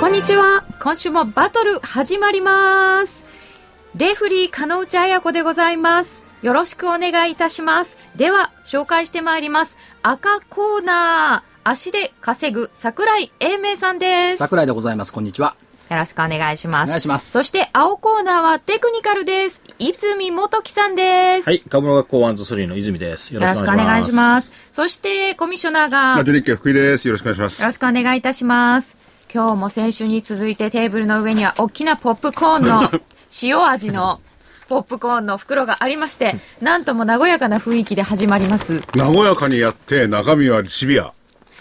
こんにちは。今週もバトル始まります。レフリー、加納内彩子でございます。よろしくお願いいたします。では、紹介してまいります。赤コーナー、足で稼ぐ桜井英明さんです。よ桜井でございますこんにちはろしくお願いします。お願いしますそして、青コーナーはテクニカルです。泉元樹さんです。はい、カムロ学校ワンとスリーの泉です。よよろろししくくおお願願いいししまますす。。そして、コミッショナーが。ラジオ日経福井です。よろしくお願いします。よろしくお願いいたします。今日も先週に続いてテーブルの上には大きなポップコーンの塩味の ポップコーンの袋がありまして、なんとも和やかな雰囲気で始まります。和やかにやって、中身はシビア。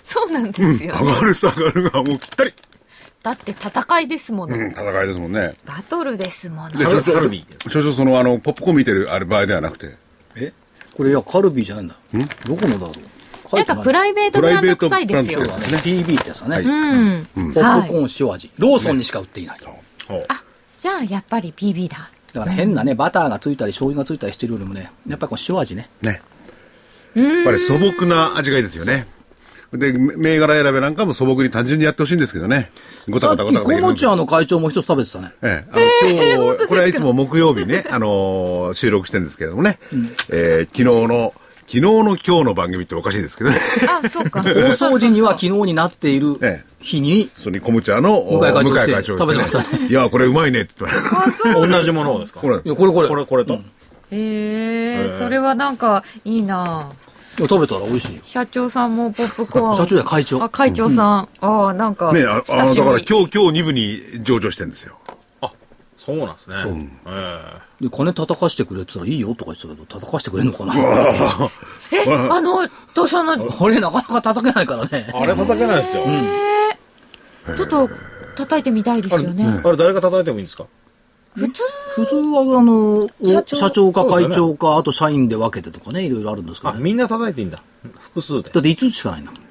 そうなんですよ。上がる下がるがもうぴったり。だって戦いですもの。うん、戦いですもんね。バトルですもの。で、カ少ル々、少カル々ビー少々その、あの、ポップコーン見てるあれ場合ではなくて、えこれいやカルビーじゃないんだどこのだろう書ないんてかないプライベートブランド臭いですよプライベートブランド。そうだね PB ってやつだね、はいうん。ポップコーン塩味ローソンにしか売っていない、じゃあやっぱり PB だ。だから変なねバターがついたり醤油がついたりしてるよりもねやっぱりこの塩味ねね。やっぱり素朴な味がいいですよね。で、め銘柄選べなんかも素朴に単純にやってほしいんですけどね。ごたさっごきたごたごコたモチャの会長も一つ食べてたねええ、あの、今日、これはいつも木曜日ね、あのー収録してるんですけれどもね、えー昨日の、昨日の今日の番組っておかしいですけどね。あ、そうか。放送時にはそうそうそう昨日になっているえ日にそれにコムチャの向井会長向来井て会長食べてまが来してたねねいや、これうまいねって言われて同じものをですかこれ、いやこれこれこれ、これと。へえ、それはなんかいいないや食べたら美味しいよ社長さんもポップコーン。社長じゃない会長あ、会長さん。ああ、なんか。ね、ああ親の、しみだから今日、今日2部に上場してんですよ。あ、そうなんですね。ええで金叩かしてくれって言ったらいいよとか言ってたけど叩かしてくれんのかなあえ、あの、図書の、ちれなかなか叩けないからねあれ叩けないですよ。ょっと叩いてみたいですよね。あれ誰が叩いてもいいんですか普通、普通はあのお社社長長かそうだよ会ね長か、あと社員で分けてとかねいろいろあるんですけあ、ど、ね、みんな叩いていいんだ。複数でだ。って5つしかないんだもん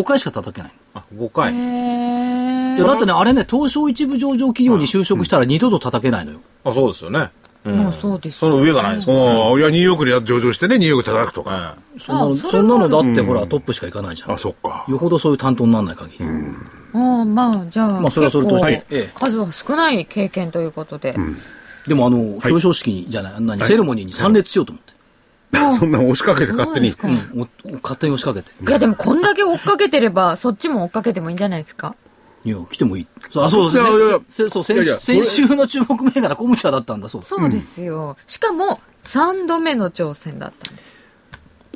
5回しか叩けないあ、5回。えいやだってねあれね東証一部上場企業に就職したら二度と叩けないのよ、あ、そうですよね。うもうそうですその上がないですあもんね。あ、いや、ニューヨークに上場してね、ニューヨーク叩くとか。ええそんなのあそそれはんなのだってほら、トップしかいかないじゃんあ、そっか。よほどそういう担当にならない限り、ああ、まあ、じゃあ、まあそれはそれとして結構数は少ない経験ということで。でもあの表彰式にじゃないあんなにセレモニーに参列しようと思って、そんな押しかけて勝手に。うんおお勝手に押しかけていや、でもこんだけ追っかけてれば、そっちも追っかけてもいいんじゃないですかいや来てもいいそうあそうそういやいやいやせそういや先いや先週の注目銘柄コムチャだったんだそうそうですよ。しかも、3度目の挑戦だったんです。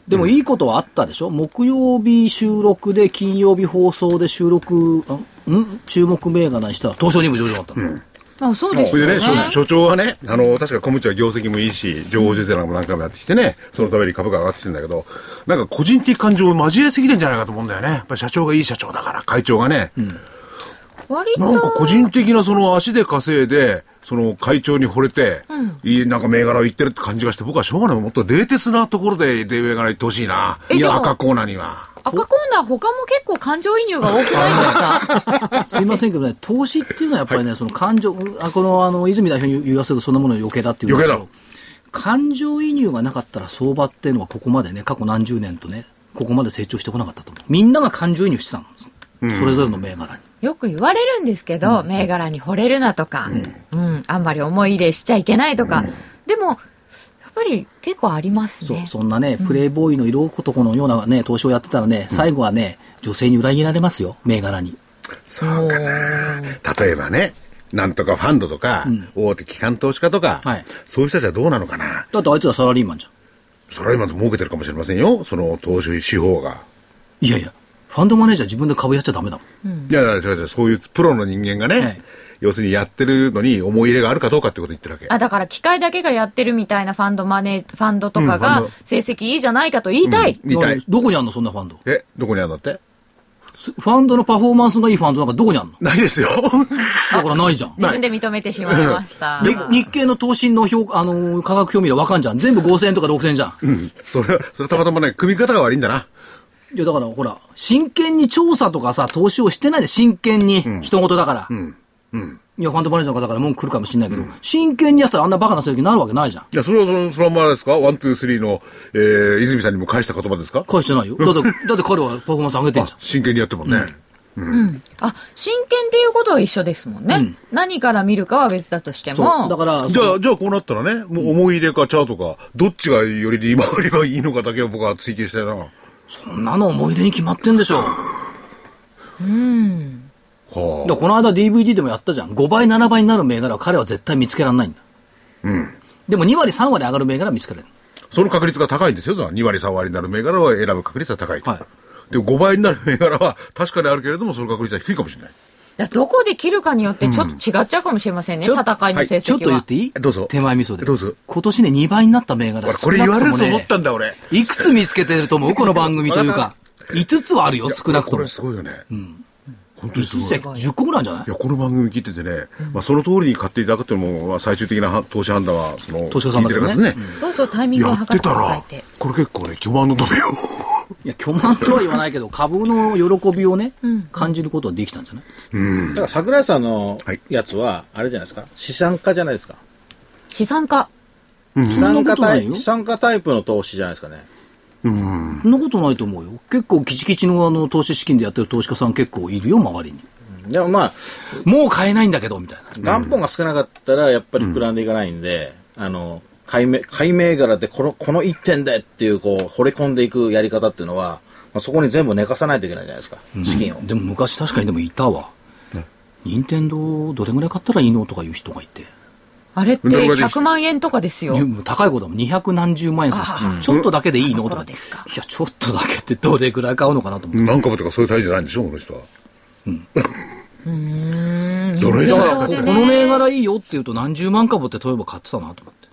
でもいいことはあったでしょ、木曜日収録で金曜日放送で収録あん注目銘柄にしたら東証にも上場だったの、まあ、そうですそれよねでね、。所所長はね、あの、確かコムチは業績もいいし、情報修正なんかも何回もやってきてね、そのために株価が上がってきてんだけど、なんか個人的感情を交えすぎてんじゃないかと思うんだよね。やっぱり社長がいい社長だから、会長がね。割と、なんか個人的なその足で稼いで、その会長に惚れて、いいなんか銘柄を言ってるって感じがして、僕はしょうがない。もっと冷徹なところで銘柄言ってほしいな。えいでもや、赤コーナーには。赤コーナー他も結構感情移入が多くないです かすいませんけどね、投資っていうのはやっぱりね、その感情、あこのあの泉代表に言わせるとそんなものは余計だっていう余計だろ感情移入がなかったら相場っていうのはここまでね、過去何十年とね、ここまで成長してこなかったと思う。みんなが感情移入してたの。それぞれの銘柄に。よく言われるんですけど、銘柄に惚れるなとか、うん、あんまり思い入れしちゃいけないとか、でも、やっぱり結構ありますそう、ね。そんなね、プレイボーイの色男のようなね、投資をやってたらね、最後はね、女性に裏切られますよ、銘柄に。そうかな。例えばね、なんとかファンドとか、大手機関投資家とか、はいそういう人たちはどうなのかな。だってあいつらサラリーマンじゃん。それは今儲けてるかもしれませんよ。その投資手法が。いやいや、ファンドマネージャー自分で株やっちゃダメだもん。いや、違う違う、そういうプロの人間がね、はい要するにやってるのに思い入れがあるかどうかってことを言ってるわけ。あだから機械だけがやってるみたいなファンドマネーファンドとかうんファがンド成績いいじゃないかと言いたい、みたい。どこにあんの、そんなファンド。え、どこにあるんだって普すファンドのパフォーマンスがいいファンドなんかどこにあるのないですよ。だからないじゃん。自分で認めてしまいました。で、日経の投信の評価、あのー価格表見りゃわかんじゃん。全部5000円とか6000円じゃん。うんそれは、それはたまたまね、組み方が悪いんだな。いや、だからほら、真剣に調査とかさ、投資をしてないで真剣に、人事だから。いや、ファンドマネージャーの方から文句来るかもしれないけど、真剣にやったらあんなバカな成績になるわけないじゃん。いや、それはその、そのままですかワン、ツー、スリーの、えー、泉さんにも返した言葉ですか返してないよ。だって、だって彼はパフォーマンス上げてんじゃあ真剣にやってもね。あ、真剣っていうことは一緒ですもんね。何から見るかは別だとしてん。そう。も。だから、じゃあ、じゃあこうなったらね、もう思い入れかチャートか、どっちがより利回りがいいのかだけを僕は追求したいな。はそんなの思い出に決まってんでしょ。だかあ。らこの間 DVD でもやったじゃん。5倍、7倍になる銘柄は彼は絶対見つけられないんだ。でも2割、3割上がる銘柄は見つけられる。その確率が高いんですよ。2割、3割になる銘柄は選ぶ確率は高いと。はいで、5倍になる銘柄は確かにあるけれども、その確率は低いかもしれない。だからどこで切るかによってちょっと違っちゃうかもしれませんね、ちょ戦いの成績は。ちょっと言っていいどうぞ手前味噌で。どうぞ今年ね、2倍になった銘柄俺これ言われると思ったんだ、俺。いくつ見つけてると思うこの番組というか。5つはあるよ、少なくとこも。れ5すごいよね。本当にすつごい。じゃ10個ぐらいあるんじゃないいや、この番組聞いててね、まあ、その通りに買っていただくっていうのも、まあ、最終的なは投資判断は、その、投資家さん聞だいてけるどね方ね、そうそう、タイミングやをっ測ってていたただらいて。、これ結構ね、巨万のためよ。いや、巨万とは言わないけ ど、株の喜びをね、感じることはできたんじゃないだから桜井さんのはいやつは、あれじゃないですか、資産家じゃないですか。資産家。資産そんなこ家となタいイよプ、資産家タイプの投資じゃないですかね。そんなことないと思うよ。結構、キチキチのあの、投資資金でやってる投資家さん結構いるよ、周りに。でもまあ、もう買えないんだけど、みたいな。元本が少なかったら、やっぱり膨らんでいかないんで、あの、買いめ買い銘柄でこの、この1点でっていう、こう、惚れ込んでいくやり方っていうのは、まあ、そこに全部寝かさないといけないじゃないですか、資金を。でも昔確かにでもいたわ。任天堂どれぐらい買ったらいいのとかいう人がいて。あれってどれぐらいです100万円とかですよ。高いことも二百何十万円ですよちょっとだけでいいのとあか。そうですかいや、ちょっとだけってどれぐらい買うのかなと思って何株とかそういう単位じゃないんでしょ、この人は。うん。どれだからそうこでねこの銘柄いいよって言うと何十万株って例えば買ってたなと思って。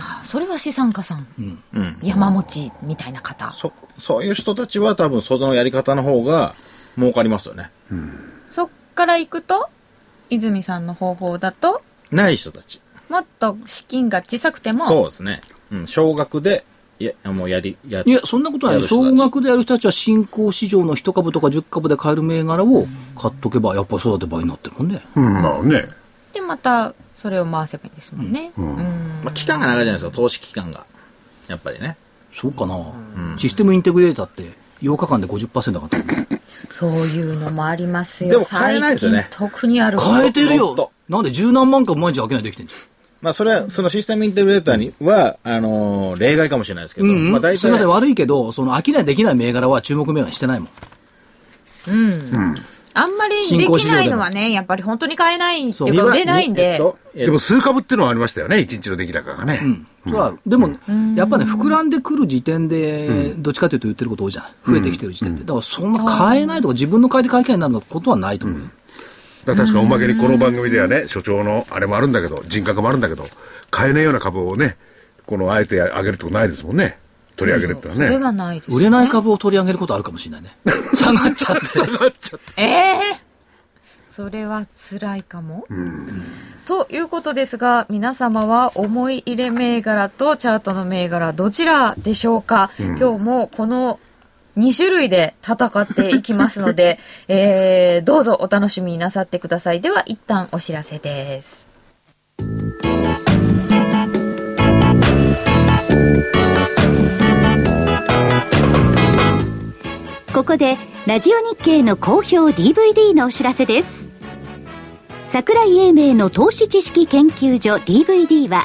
あそれは資産家さん。山持ちみたいな方。そ、そういう人たちは多分そのやり方の方が儲かりますよね。そっから行くと、泉さんの方法だと、ない人たち。もっと資金が小さくても、そうですね。うん、少額で、いや、もうやり、やいや、そんなことないよ。やる人た少ち額でやる人たちは新興市場の1株とか10株で買える銘柄を買っとけば、やっぱりそうだって倍になってるもんね。うん、まあね。でまたそれを回せばいいですもんね。うんまあ、期間が長いじゃないですか、投資期間が。やっぱりね。そうかな。システムインテグレーターって8日間で50%上がった。そういうのもありますよ。でも買えないですよね最近特にある。買えてるもっとよなんで十何万株毎日開けないできてんじまあ、それは、そのシステムインテグレーターには、あのー例外かもしれないですけゃん。ど、うん、まうあ、ん。大すみません、体、悪いけど、その商いできない銘柄は注目銘柄にしてないもん。あんまりできないのはね、やっぱり本当に買えないっていうそうか売れないんえっで。と、えっでとも数株っていうのはありましたよね、一日の出来高がね。それはでも、やっぱね、膨らんでくる時点で、どっちかというと言ってること多いじゃない。増えてきてる時点で。だから、そんな買えないとか、自分の買い手買い替えになることはないと思うよ。だから確かおまけにこの番組ではね、所長のあれもあるんだけど、人格もあるんだけど、買えないような株をね、この、あえて上げるってことないですもんね。取り上げるってのそれはね。はないです。売れない株を取り上げることあるかもしれ ないね。下がっちゃって。ええそれは辛いかも。ということですが、皆様は思い入れ銘柄とチャートの銘柄どちらでしょうか、今日もこの2種類で戦っていきますの で、えーどうぞお楽しみになさってください。では一旦お知らせです。ここでラジオ日経の好評 DVD のお知らせです桜井英明の投資知識研究所 DVD は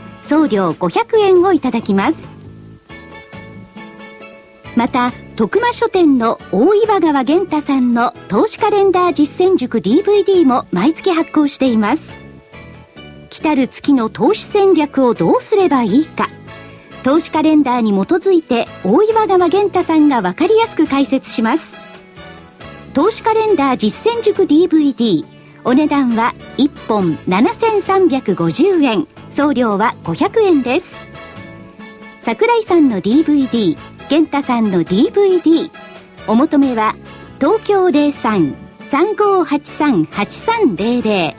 送料500円をいただきますまた徳間書店の大岩川源太さんの投資カレンダー実践塾 DVD も毎月発行しています来たる月の投資戦略をどうすればいいか投資カレンダーに基づいて大岩川源太さんが分かりやすく解説します投資カレンダー実践塾 DVD お値段は1本7350円送料は500円です桜井さんの DVD 健太さんの DVD お求めは東京03-3583-8300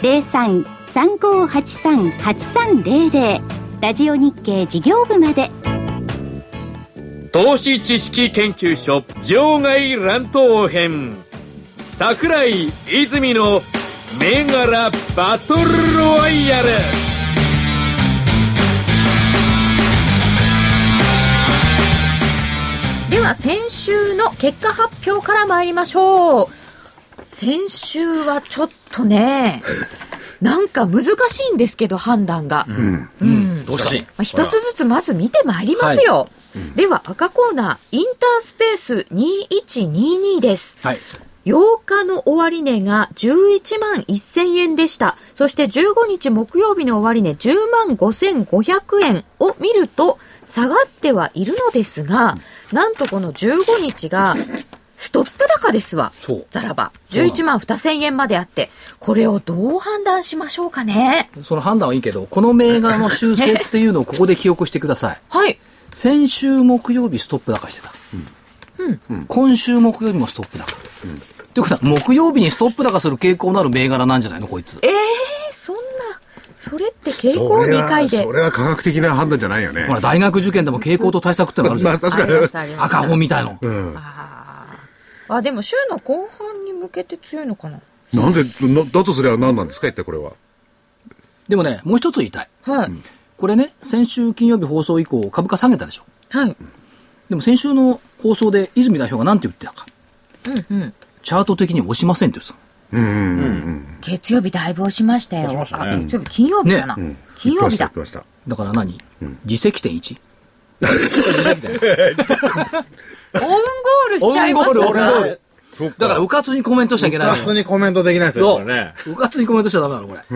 03-3583-8300ラジオ日経事業部まで投資知識研究所場外乱闘編桜井泉の銘柄バトルロワイヤルでは先週の結果発表から参りましょう先週はちょっと ねなんか難しいんですけど判断が、うん難しい。まあ、一つずつまず見てまいりますよ、では赤コーナーインタースペース2122ですはい。 8日の終値が11万1000円でした。そして15日木曜日の終値10万5500円を見ると下がってはいるのですが、なんとこの15日がストップ高ですわそう。ざらば。11万2000円まであって、これをどう判断しましょうかね。その判断はいいけど、この銘柄の修正っていうのをここで記憶してください。はい。先週木曜日ストップ高してた。うん。今週木曜日もストップ高。ってことは、木曜日にストップ高する傾向のある銘柄なんじゃないのこいつ。えー、そんな、それって傾向それは2回でそ。れは科学的な判断じゃないよねほ。ら、大学受験でも傾向と対策ってのがあるじまゃあん。確かありましたあに。りました赤本みたいの。うん。あ、でも週の後半に向けて強いのかな。なんで、なだとすれば何なんですか一体これは。でもね、もう一つ言いたい。はい。これね、先週金曜日放送以降、株価下げたでしょ。はい。でも先週の放送で泉代表が何て言ってたか。うんうん。チャート的に押しませんって言ってたの。うんうんうん月曜日だいぶ押しましたよ。押しましたねあ月曜日、金曜日かな。ねうん。金曜日だ来。ました。来ましただから何、自責点1。オウンゴールしちゃいましたオウンゴールオウンゴールね。そっかだから、うかつにコメントしちゃいけないのよ普通にコメントできないですよ、そこれね。う。うかつにコメントしちゃダメなの、これ。こ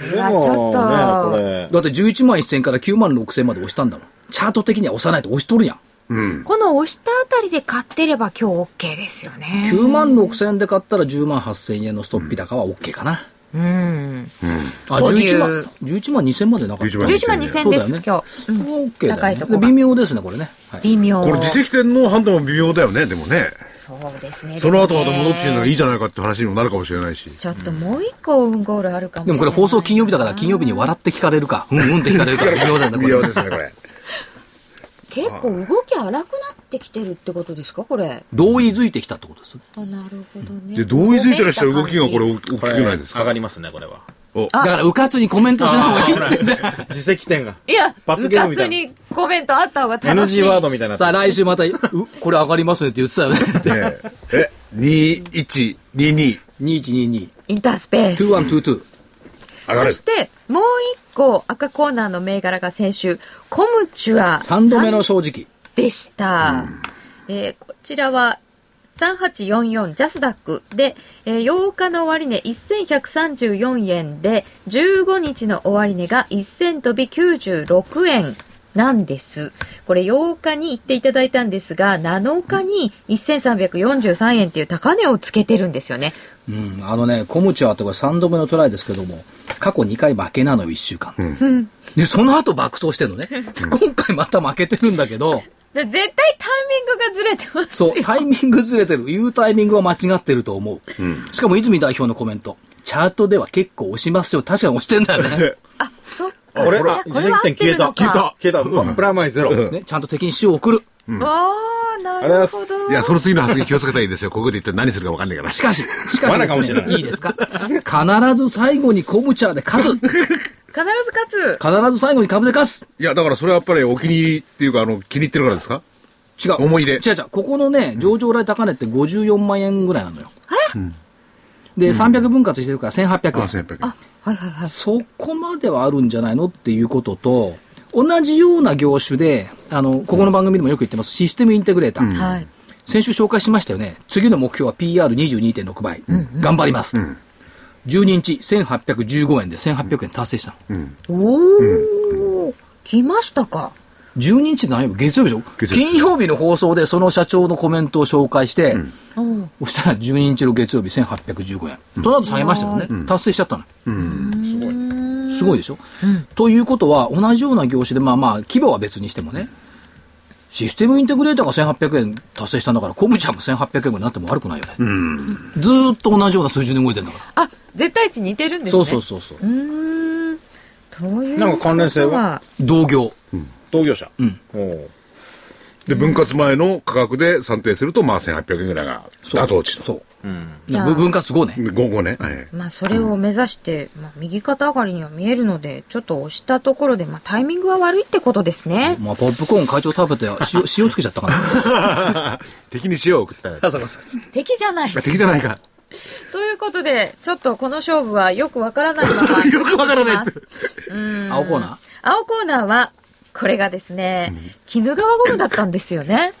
れはちょっと。ね、こだって11万1000から9万6000まで押したんだもん。チャート的には押さないと押しとるやん。うん。この押したあたりで買ってれば今日 OK ですよね。 9万6000円で買ったら10万8000円のストッピ高は OK かな。うん。あ、と11いう万、11万2000までなかった。 11万11万2000です、そうだ今よ日。うん OK だ高いよとねこがで微妙ですね、これね。はい微妙。これ自責点の判断も微妙だよね、でもね。そうですね。その後までたもね戻ってきてるのがいいじゃないかって話にもなるかもしれないし。ちょっともう一個オウンゴールあるかもしでれもない。これ放送金曜日だから、金曜日に笑って聞かれるか、うんうんって聞かれる から微妙だよね、こ微れ妙。ですね、これ。結構動き荒くなってきてるってことですかこれ。同意づいてきたってことですね。あなるほどね。で、同意づいてらっしゃる動きがこれ大きくれないです上かがりますね、これは。だから、うかつにコメントしない方がいいっすよね。自責点が。いや、罰うゲームみたかついな。にコメントあった方が楽しい。 NG ワードみたいな。さあ、来週また、う、これ上がりますねって言ってたよ ね。ねえ、2122。 2122、インタースペース。 2122。上がそるし。て、もう一個赤コーナーの銘柄が先週、コムチュア3度目の正直。でした。えーこちらは、3844ジャスダックで、えー8日の終値1134円で、15日の終値が1000飛び96円なんです。これ8日に言っていただいたんですが、7日に1343円っていう高値をつけてるんですよね。うん、あのね、コムチュアってこれ3度目のトライですけども、過去2回負けなのよ、1週間。で、その後爆投してんの ね。今回また負けてるんだけど、で絶対タイミングがずれてますよそう、タイミングずれてる。言うタイミングは間違ってると思う。しかも、泉代表のコメント。チャートでは結構押しますよ。確かに押してんだよあ、そっか。これ、じあゃあ、こ自れは合っ責点消えてるた。のか。消えた。うわプラマイゼロ。ね。ね、ちゃんと敵に死を送る。ああ、なるほど。いや、その次の発言気をつけたらいいですよ。ここで一体何するか分かんないから。しかし、しかしですね、罠かもしれないいですか必ず最後にコムチャーで勝つ。必必ず勝つ。ず最後に株で勝つ。いや、だからそれはやっぱりお気に入りっていうか、あの、気に入ってるからですか違う。思い出違う違う。ここのね、上場来高値って54万円ぐらいなのよ。で、300分割してるから1800あ、円。 1800円。はいはいはい。そこまではあるんじゃないのっていうことと、同じような業種で、あの、ここの番組でもよく言ってます、システムインテグレーター。はい。先週紹介しましたよね。次の目標は PR22.6 倍。頑張ります。12日、1815円で1800円達成したの。おー、来ましたか。 12日って何曜日月曜日でしょ月曜日金曜日の放送でその社長のコメントを紹介して、そしたら12日の月曜日1815円。その後下げましたよね。達成しちゃったの。すごいでしょ、ということは、同じような業種で、まあまあ、規模は別にしてもね、システムインテグレーターが1800円達成したんだから、コムちゃんも1800円になっても悪くないよね。ずーっと同じような数字で動いてんだから。あ、絶対値似てるんですね。そうそうそうそう。うーん。というなんか関連性はことは同業。同業者。んおうで、分割前の価格で算定すると、まあ、1800円ぐらいがそう妥当値と。そう。じゃあぶ分割後ね。 5、5ね。はいまあ、それを目指して、まあ、右肩上がりには見えるので、ちょっと押したところで、まあ、タイミングは悪いってことですね。まあ、ポップコーン会長食べて塩、塩つけちゃったかな。 敵に塩を送ったら。 そうかそうか敵じゃない。敵じゃないか。ということで、ちょっとこの勝負はよくわからないま ま。よくわからないます。青コーナー青コーナーは、これがですね、鬼怒川ゴムだったんですよね。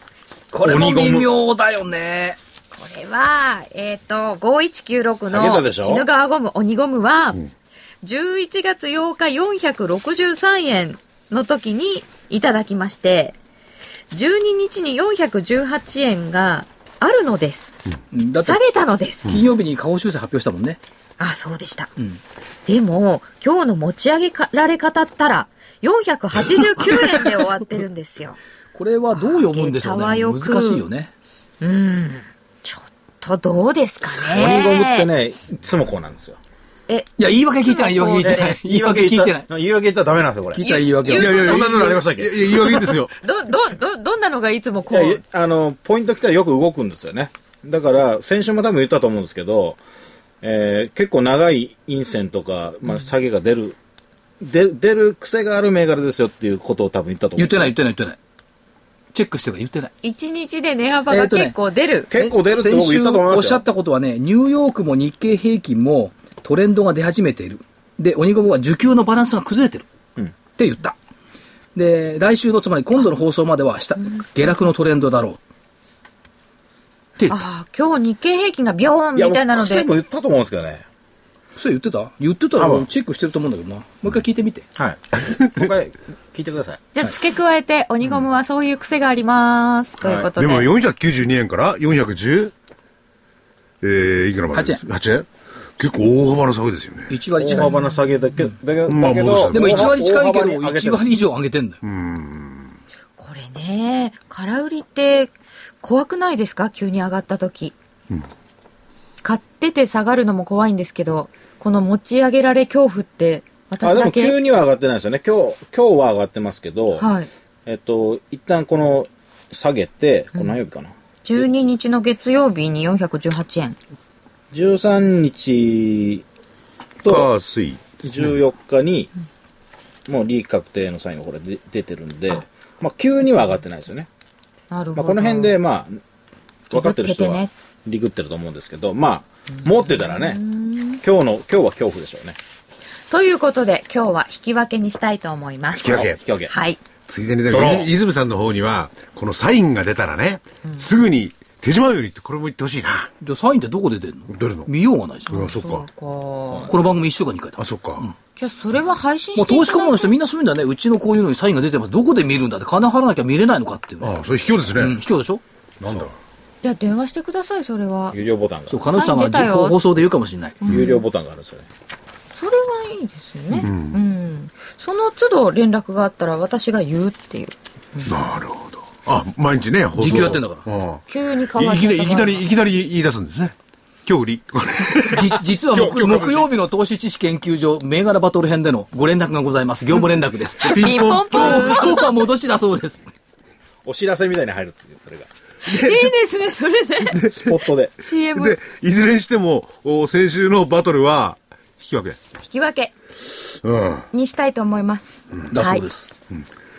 これも微妙だよね。これは、えっ、と、5196下げたでしのょ鬼怒川ゴム、鬼ゴムは、11月8日463円の時にいただきまして、12日に418円があるのです。だって下、げたのです。金曜日に下方修正発表したもんね。あ、そうでした。んでも、今日の持ち上げられ方ったら、489円で終わってるんで すよ。これはどう読むんでしょうね。下はよく難しいよね。うん。ちょっとどうですかね。鬼ゴムってね、いつもこうなんですよ。え、いや、言い訳聞いてない、言い訳聞いてない。言い訳聞いてない。言い訳言ったらダメなんですよ、これ。聞いたら言い訳いやいやそんなのありましたっけいやいや、言い訳ですよ。ど、ど、ど、どんなのがいつもいこ、やいうあの、ポイント来たらよく動くんですよね。だから、先週も多分言ったと思うんですけど、えー結構長い陰線とか、まあ、下げが出る、で出る癖がある銘柄ですよっていうことを多分言ったと思言っう。てない、言ってない、言ってない。チェックしてるから言ってない。一日で値幅がえーとね結構出る。結構出るって先僕言週ったと思いおっますしゃよっ。たことはね、ニューヨークも日経平均もトレンドが出始めている。で、鬼ごぼは需給のバランスが崩れてる。うんって言った。で、来週の、つまり今度の放送までは下、下落のトレンドだろう。って言った。ああ、今日日経平均がビョーンいや、みたいなの僕で全部。言ったと思うんですけどね。それ言ってた言ってたら多分俺チェックしてると思うんだけどな。もう一回聞いてみて。はい。今回、聞いてください。じゃあ付け加えて、鬼ゴムはそういう癖があります。ということでで。も、492円から410、えー、いくらま八で円八円結構大幅な下げですよね。 1割大近い。幅な下げだけ、だけまあだけ戻しど、たでも1割近いけど、大幅に上げて1る割以上上げてんだよ。これね、空売りって怖くないですか急に上がった時、買ってて下がるのも怖いんですけど、この持ち上げられ恐怖ってあ、私でだもけ。急には上がってないですよね。今日、今日は上がってますけど、はい。えっと、一旦この、下げて、この何曜日かな。 12日の月曜日に418円。 13日と火、水。 14日に、もう利益確定のサインがこれで出てるんで、まあ急には上がってないですよね。なるほまど。あこの辺で、まあ、分かってる人リグっててはねリグってると思うんですけど、まあ、持ってたらね、今日の、今日は恐怖でしょうね。ということで、今日は引き分けにしたいと思います。引き分け引き分け。はい。ついでにでドロも、ーい泉さんの方には、このサインが出たらね、すぐに手締まうようにって、これも言ってほしいな。じゃあサインってどこで出んの出るの見ようがないじゃん。あ、そっか。こうこの番組1週間に1回だあ、。そっか。じゃあ、それは配信もうしてい投ただい資家もの人みんなそういうんだよね。うちのこういうのにサインが出てます。どこで見るんだって金払わなきゃ見れないのかっていうね。あ、それ卑怯ですうん、ね。卑怯でしょなんだろうじゃあ、電話してください、それは。有料ボタンがそう、。彼女さんサがイン出た実よ況放送で言うかもしれない。有料ボタンがあるんですよね。それはいいですよね。うん。その都度連絡があったら、私が言うっていう。なるほど。あ、毎日ね、放。実況やってんだからうん急に変わっいきてなり、いきなり、いきなり言い出すんですね。今日売り。じ実は今日木今日木曜日の投資知識研究所銘柄バトル編でのご連絡がございます。業務連絡です。ピンポン今日今日は戻しだそうです。お知らせみたいに入るっていう、それが。いいですね、それ で。スポットで。 CM で。、いずれにしても、お先週のバトルは、引き分け。引き分けうん。にしたいと思います。だそうです。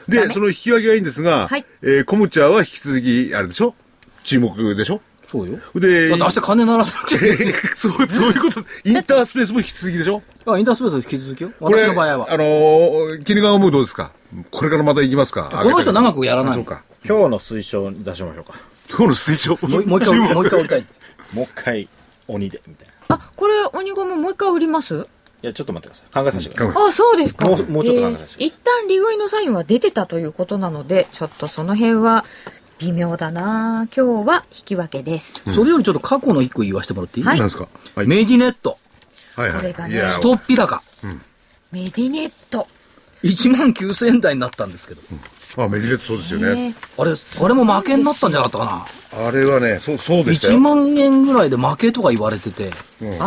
で、その引き分けがいいんですが、はいえーコムチャは引き続き、あれでしょ注目でしょそうよ。でだって明日金ならなく て。そうそういうこと、インタースペースも引き続きでしょあ、インタースペースは引き続きよ。これ、私の場合は。あのー、君が思うどうですかこれからまた行きますかこの人長くやらないあそうか。今日の推奨出しましょうか。今日の 水晶。もうもう一回、もう一回、もう一回。もう一回、鬼で、みたいな。いあ、これ、鬼ゴムもう一回売りますや、ちょっと待ってください。考えさせて ください。あ、そうですか。もうもうちょっと考えましょうえー一旦利食いのサインは出てたということなので、ちょっとその辺は微妙だな今日は引き分けです。それよりちょっと過去の一個言わせてもらっていい、はい何ですかはい。メディネット、はいこれがはい。ねいや、ストッピ高、メディネット。 1万9000円台になったんですけど、あ、メディレットそうですよね。あれ、あれも負けになったんじゃなかったかあれはね、そう、そうな。でした1よ。万円ぐらいで負けとか言われてて、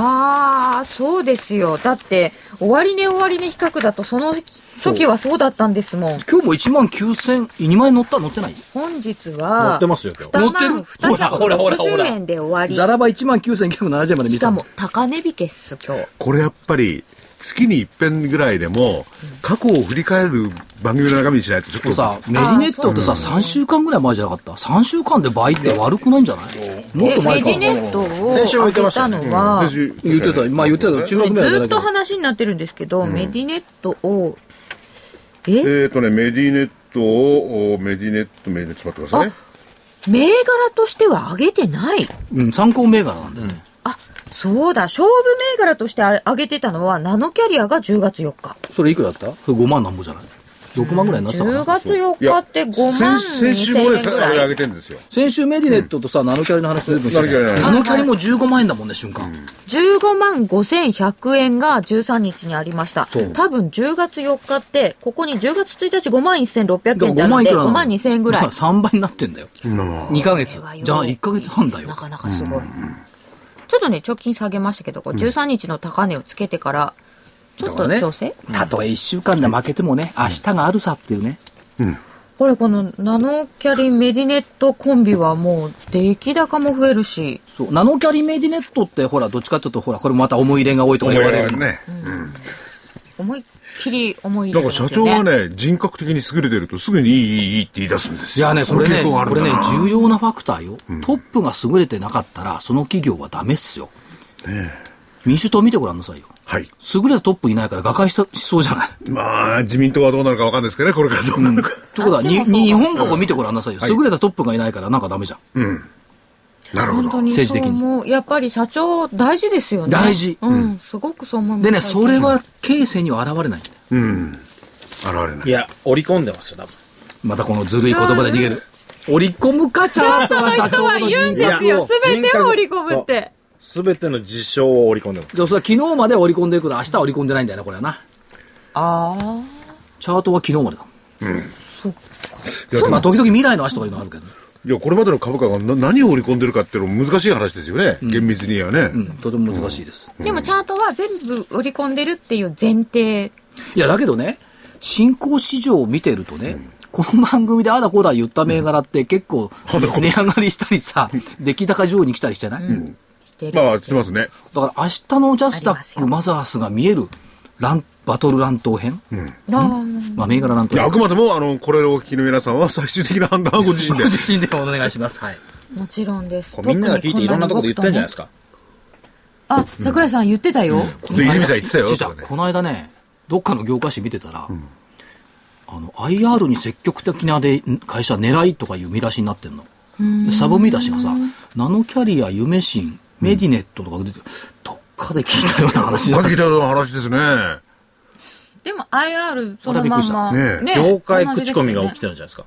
ああ、そうですよ。だって、終値終値比較だと、その時はそうだったんですもん。今日も1万9000、2万円乗った乗ってない本日乗は、ってますよ、今乗日。2って万るほらほらほらほ260ら円で終ザわラバ1万9970円までり。見しせたかのも、高値引けっす、今日。これやっぱり、月に一遍ぐらいでも、過去を振り返る番組の中身にしないと、ちょっ。ことれさ、メディネットってさ、3週間ぐらい前じゃなかった。3週間で倍って悪くないんじゃないもっで、とメ前かデ。ィネットを先週も言っ上てまげしたたねのは、言ってた、まあ言ってたけど、中学ぐらいじゃずなっいけど。と話になってるんですけど、メディネットを、ええっとね、メディネットを、おメディネット、メディネット、ちょっと待ってくださいね。銘柄としては上げてない。うん、参考銘柄なんだよね。あ、そうだ、勝負銘柄としてあれ上げてたのは、ナノキャリアが10月4日。それいくらだったそれ ?5 万なんぼじゃない ?6 万ぐらいになってたか10な。月4い日やって5万先先週も2000ね、円ぐさあれら上い。げてるんですよ。先週メディネットとさ、ナノキャリの話ずいぶんしてたナノキャリナノキャリも15万円だもんね、瞬間。 15万5100円が13日にありました。多分10月4日って、ここに10月1日5万1600円って5ある万いんで、くらな5の万2000円ぐだらかいら。3倍になってんだよ。2ヶ月。じゃあこれはよ1ヶ月半だよな。かなかすごい。ちょっとね、貯金下げましたけど、こう13日の高値をつけてから、ちょっだかとらね調整、たとえ1週間で負けてもね、明日があるさっていうね。これこのナノキャリメディネットコンビはもう出来高も増えるし、そう。ナノキャリメディネットってほら、どっちかっていうとほら、これまた思い入れが多いとか言われる。ね。思いっきり思い入だれかてらます社よ長ね。がね、人格的に優れてるとすぐにいいいいいいって言い出すんですいよ。やね、そこのれね、傾向があるこんれねだな、重要なファクターよ。トップが優れてなかったら、その企業はダメっすよ。民主党見てごらんなさいよ。はい。優れたトップいないから瓦解したしそうじゃない。まあ、自民党はどうなるかわかんないですけどね、これからどうなるか。ということは、あっちもにそうだに日本国を見てごらんなさいよ。優れたトップがいないからなんかダメじゃん。なるほ本ど当。に政治そ的うに思う。やっぱり社長大事ですよね。大事うん、すごくそう思います。でね、それは形成には現れないんだよ。うん。現れないい。や、織り込んでますよ、多分。またこのずるい言葉で逃げる。織り込むか、チャートは社長の人いや格を。全てを織り込むって。すべての事象を織り込んでます。じゃあ、それは昨日まで織り込んでるけど、明日は織り込んでないんだよな、これはな。ああ。チャートは昨日までだもん。いや、でまあ、も時々未来の足とかいうのあるけどね。いやこれまでの株価がな何を織り込んでるかっていうのも難しい話ですよね。厳密にはねう。ん、とても難しいです。でもチャートは全部売り込んでるっていう前提。いや、だけどね、新興市場を見てるとね、この番組であだこうだ言った銘柄って結構値上がりしたりさ、出来高上に来たりしてない、だしてるまあ、してますね。から明日のジャスダありますックよマザースが見えるランバトル乱闘編、あーまあ、銘柄乱い闘や、あ編。くまでも、あの、これをお聞きの皆さんは最終的な判断はご自身でご。自身でお願いします。はい。もちろんです。これみんなが聞いていろんなところで言ってんじゃないですか。か。あ、桜井さん言ってたよ。ちょっと泉さん言ってたよ違う違うとかねこの間ね、どっかの業界誌見てたら、あの、IR に積極的なで会社狙いとかいう見出しになってんの。でサブ見出しがさ、ナノキャリア、夢新、メディネットとか出てる、どっかで聞いたような話だまた聞いたような話ですね。でも IR そのまんま。これびっくりしたね業界口コミが起きて。てるんじゃないですか。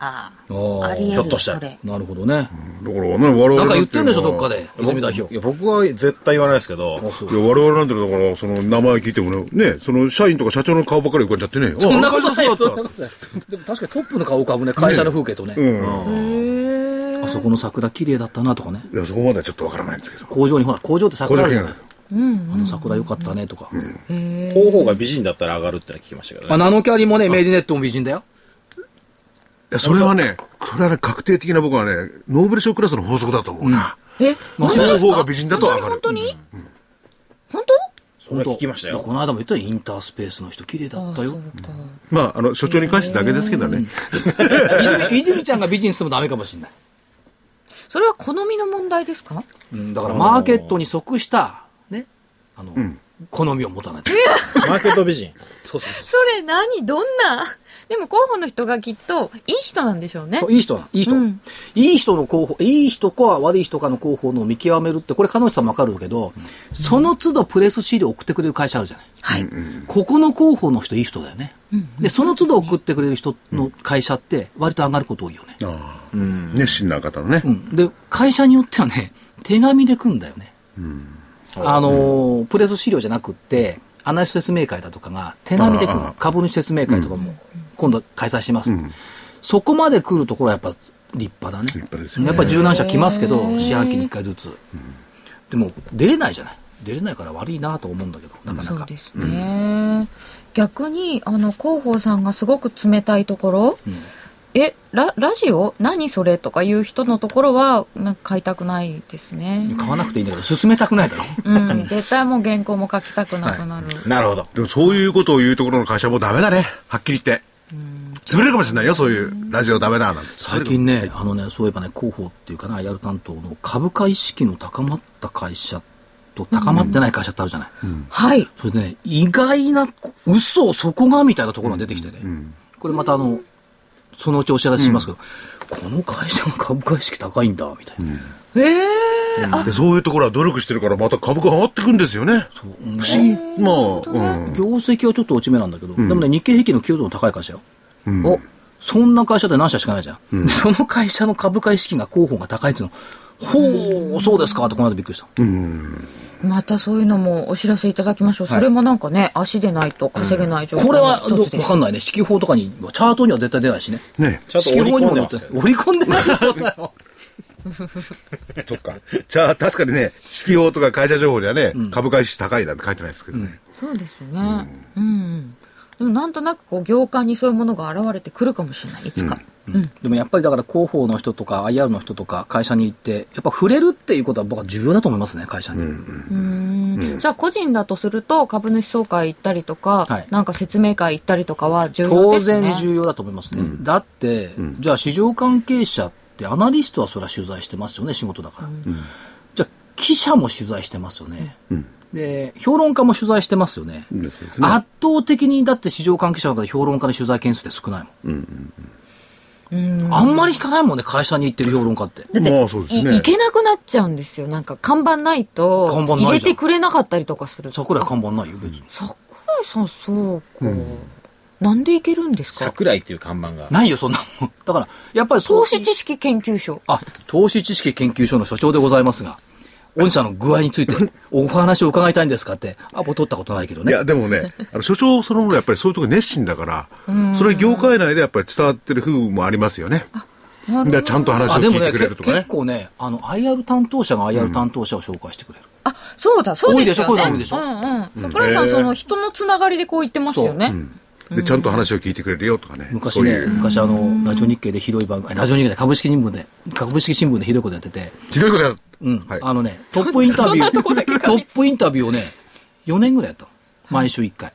ああ。ああありえるひょっとしたらそれなるほどね。だからね、我々なんかな言んってていうんでのはしょ、どっかで、泉代表い。や、僕は絶対言わないですけど、そういや我々なんてだからその名前聞いてもねねその社員とか社長の顔ばっかり浮かんじゃってね そんなことあないよ、そんあなことない。でも確かにトップの顔浮かぶね、会社の風景とね。あそこの桜綺麗だったなとかね。いやそこまではちょっとわからないんですけど工場にほら、工場って工桜場あるじ見ゃ学ないあの桜良かったねとか。方法が美人だったら上がるってのは聞きましたけどあね。ナノキャリもね、メディネットも美人だよ。いやそれはねそれはね確定的な僕はねノーベル賞クラスの法則だと思うな、え、まあその方が美人だと上がる本当に本当それは聞きましたいやよ。この間も言ったよ、インタースペースの人綺麗だったよ。まああの所長に関してだけですけどね、泉、泉ちゃんが美人してもダメかもしれない。それは好みの問題ですかうんだからマーケットに即した、ね、あの、好みを持たないと。マーケット美人。そうそうそうそれ何どんなでも候補の人がきっといい人なんでしょうねそう。いい人なのいい人、うんいい人の候補、いい人か悪い人かの候補の見極めるって、これ、彼女さんもわかるけど、その都度プレス資料送ってくれる会社あるじゃない。はい。ここの候補の人いい人だよね。で、その都度送ってくれる人の会社って、割と上がること多いよね。ああ熱心な方のねう。ん。で、会社によってはね、手紙で来んだよね。あのープレス資料じゃなくって、アナリスト説明会だとかが手紙で来るああ。株主説明会とかも今度開催します。そこまで来るところはやっぱ立派だね。立派ですよねやっぱ柔軟者来ますけど、四半期に1回ずつ。でも、出れないじゃない。出れないから悪いなと思うんだけど、なかなそうか。ですね。逆に、あの、広報さんがすごく冷たいところ、うんえ、ララジオ何それとかいう人のところは、なんか買いたくないですね。買わなくていいんだけど、進めたくないだろ。 うん、絶対もう原稿も書きたくなくなる。なるほど。でもそういうことを言うところの会社もダメだね。はっきり言って。潰れるかもしれないよ、そういう。ラジオダメだなんて。最近ね、あのね、そういえばね、広報っていうかな、やる担当の株価意識の高まった会社と高まってない会社ってあるじゃない。はい。それでね、意外な、こ嘘、そこがみたいなところが出てきてね。これまたあの、そのうちお知らせしますけど、この会社が株価意識高いんだ、みたいな。ええあ、でそういうところは努力してるからまた株価上がってくんですよね。不思議。まあ、うん。業績はちょっと落ち目なんだけど、でもね、日経平均の給与度の高い会社よ。うんおそんな会社って何社しかないじゃん。でその会社の株価意識が候補が高いっていうの、ほう、そうですかってこの間びっくりした。またそういうのもお知らせいただきましょう。それもなんかね、足でないと稼げない状況これはのど一わつです。かんないね。指揮法とかに、チャートには絶対出ないしね。ねちゃんと織り込んでますけどね織り込んでない。そうなのそっか。じゃあ確かにね、指揮法とか会社情報にはね、株価意識高いなんて書いてないですけどね。そうですよね。うん、うん。でもなんとなくこう業界にそういうものが現れてくるかもしれない。いつか。でもやっぱりだから広報の人とか IR の人とか会社に行って、やっぱ触れるっていうことは僕は重要だと思いますね、会社に。うんじゃあ個人だとすると株主総会行ったりとか、はいなんか説明会行ったりとかは重要当ですね。然重要だと思いますね。だって、じゃあ市場関係者ってアナリストはそれは取材してますよね、仕事だから。じゃあ記者も取材してますよね。で、評論家も取材してますよね。ですね圧倒的にだって市場関係者の中で評論家の取材件数って少ないもん。あんまり聞かないもんね、会社に行ってる評論家って。だって、まあそうですねい行けなくなっちゃうんですよ。なんか看板ないと看板ないじゃん入れてくれなかったりとかすると。桜井あ看板ないよ、別に。桜井さんそうか。なんで行けるんですか桜井っていう看板が。ないよ、そんなもん。だから、やっぱりそう投資知識研究所。あ、投資知識研究所の所長でございますが、御社の具合につ いてお話を伺いたいんですかって、アポ取ったことないけどいね。や、でもね、あの所長そのものやっぱりそういうとこ熱心だから、それ業界内でやっぱり伝わってる風もありますよね。なるほでちゃんと話をあで聞もいてねくけれるとか結ね。構ね、あの、IR 担当者が IR 担当者を紹介してくれる。あ、そうだ、そうですよね。多いでしょこういううんうん。桜井さん、うんその人のつながりでこう言ってますよね。で、ちゃんと話を聞いてくれるよとかね。昔そうね、いう。昔あの、ラジオ日経でひどい番組、ラジオ日経で株式新聞で、株式新聞でひどいことやってて、ひどいことや。うん、はい。あのね、トップインタビュー、トップインタビューをね、4年ぐらいやったの。毎週1回。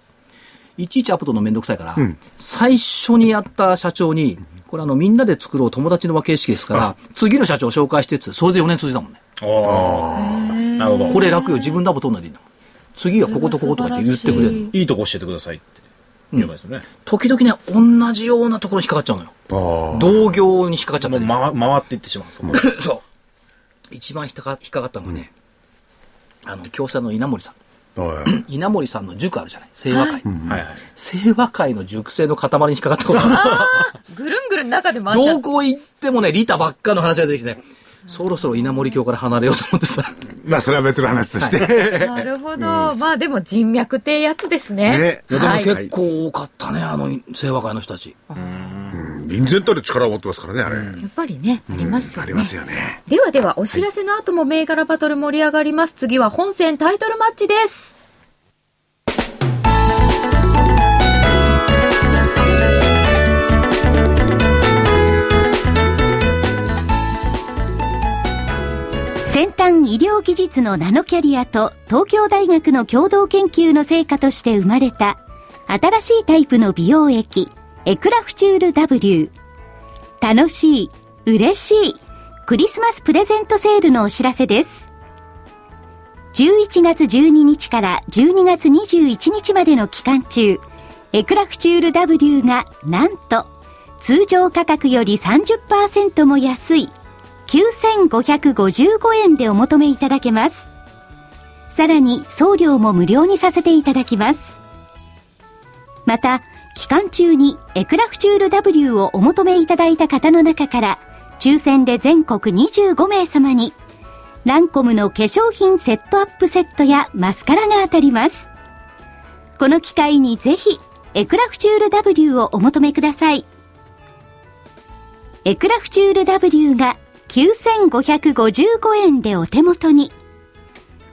いちいちアップとのめんどくさいから、最初にやった社長に、これあの、みんなで作ろう友達の和形式ですから、次の社長を紹介してっつ、それで4年続いたもんね。ああ。なるほど。これ楽よ、自分のアップ取んないでいいんだもん。次はこことこことかって言ってくれるの。いいとこ教えてくださいって言えばいいですよね。時々ね、同じようなところに引っかかっちゃうのよ。ああ。同業に引っかかっちゃったりもう回回っていってしまう。そこそう。一番引っかか引っかかったのがね、あの、共産の稲森さん。はい稲森さんの塾あるじゃない清和会。はいはい。清和会の熟成の塊に引っかかったこと がぐるんぐるん中であ回るっちゃどう。こ行ってもね、リタばっかの話が出てきてね、そろそろ稲森教から離れようと思ってさ。まあ、それは別の話として。なるほど。まあでも人脈ってやつですね。ねいやはい。でも結構多かったね、あの清和会の人たち。うん臨然たる力を持ってますからね、あれ。やっぱりね、ありますよあね。りますよね。ではでは、お知らせの後も銘柄バトル盛り上がります。次は本戦タイトルマッチです。先端医療技術のナノキャリアと東京大学の共同研究の成果として生まれた新しいタイプの美容液エクラフチュール W 楽しい嬉しいクリスマスプレゼントセールのお知らせです。11月12日から12月21日までの期間中、エクラフチュール W がなんと通常価格より30%も安い9555円でお求めいただけます。さらに送料も無料にさせていただきます。また、期間中にエクラフチュール W をお求めいただいた方の中から、抽選で全国25名様に、ランコムの化粧品セットアップセットやマスカラが当たります。この機会にぜひ、エクラフチュール W をお求めください。エクラフチュール W が9555円でお手元に。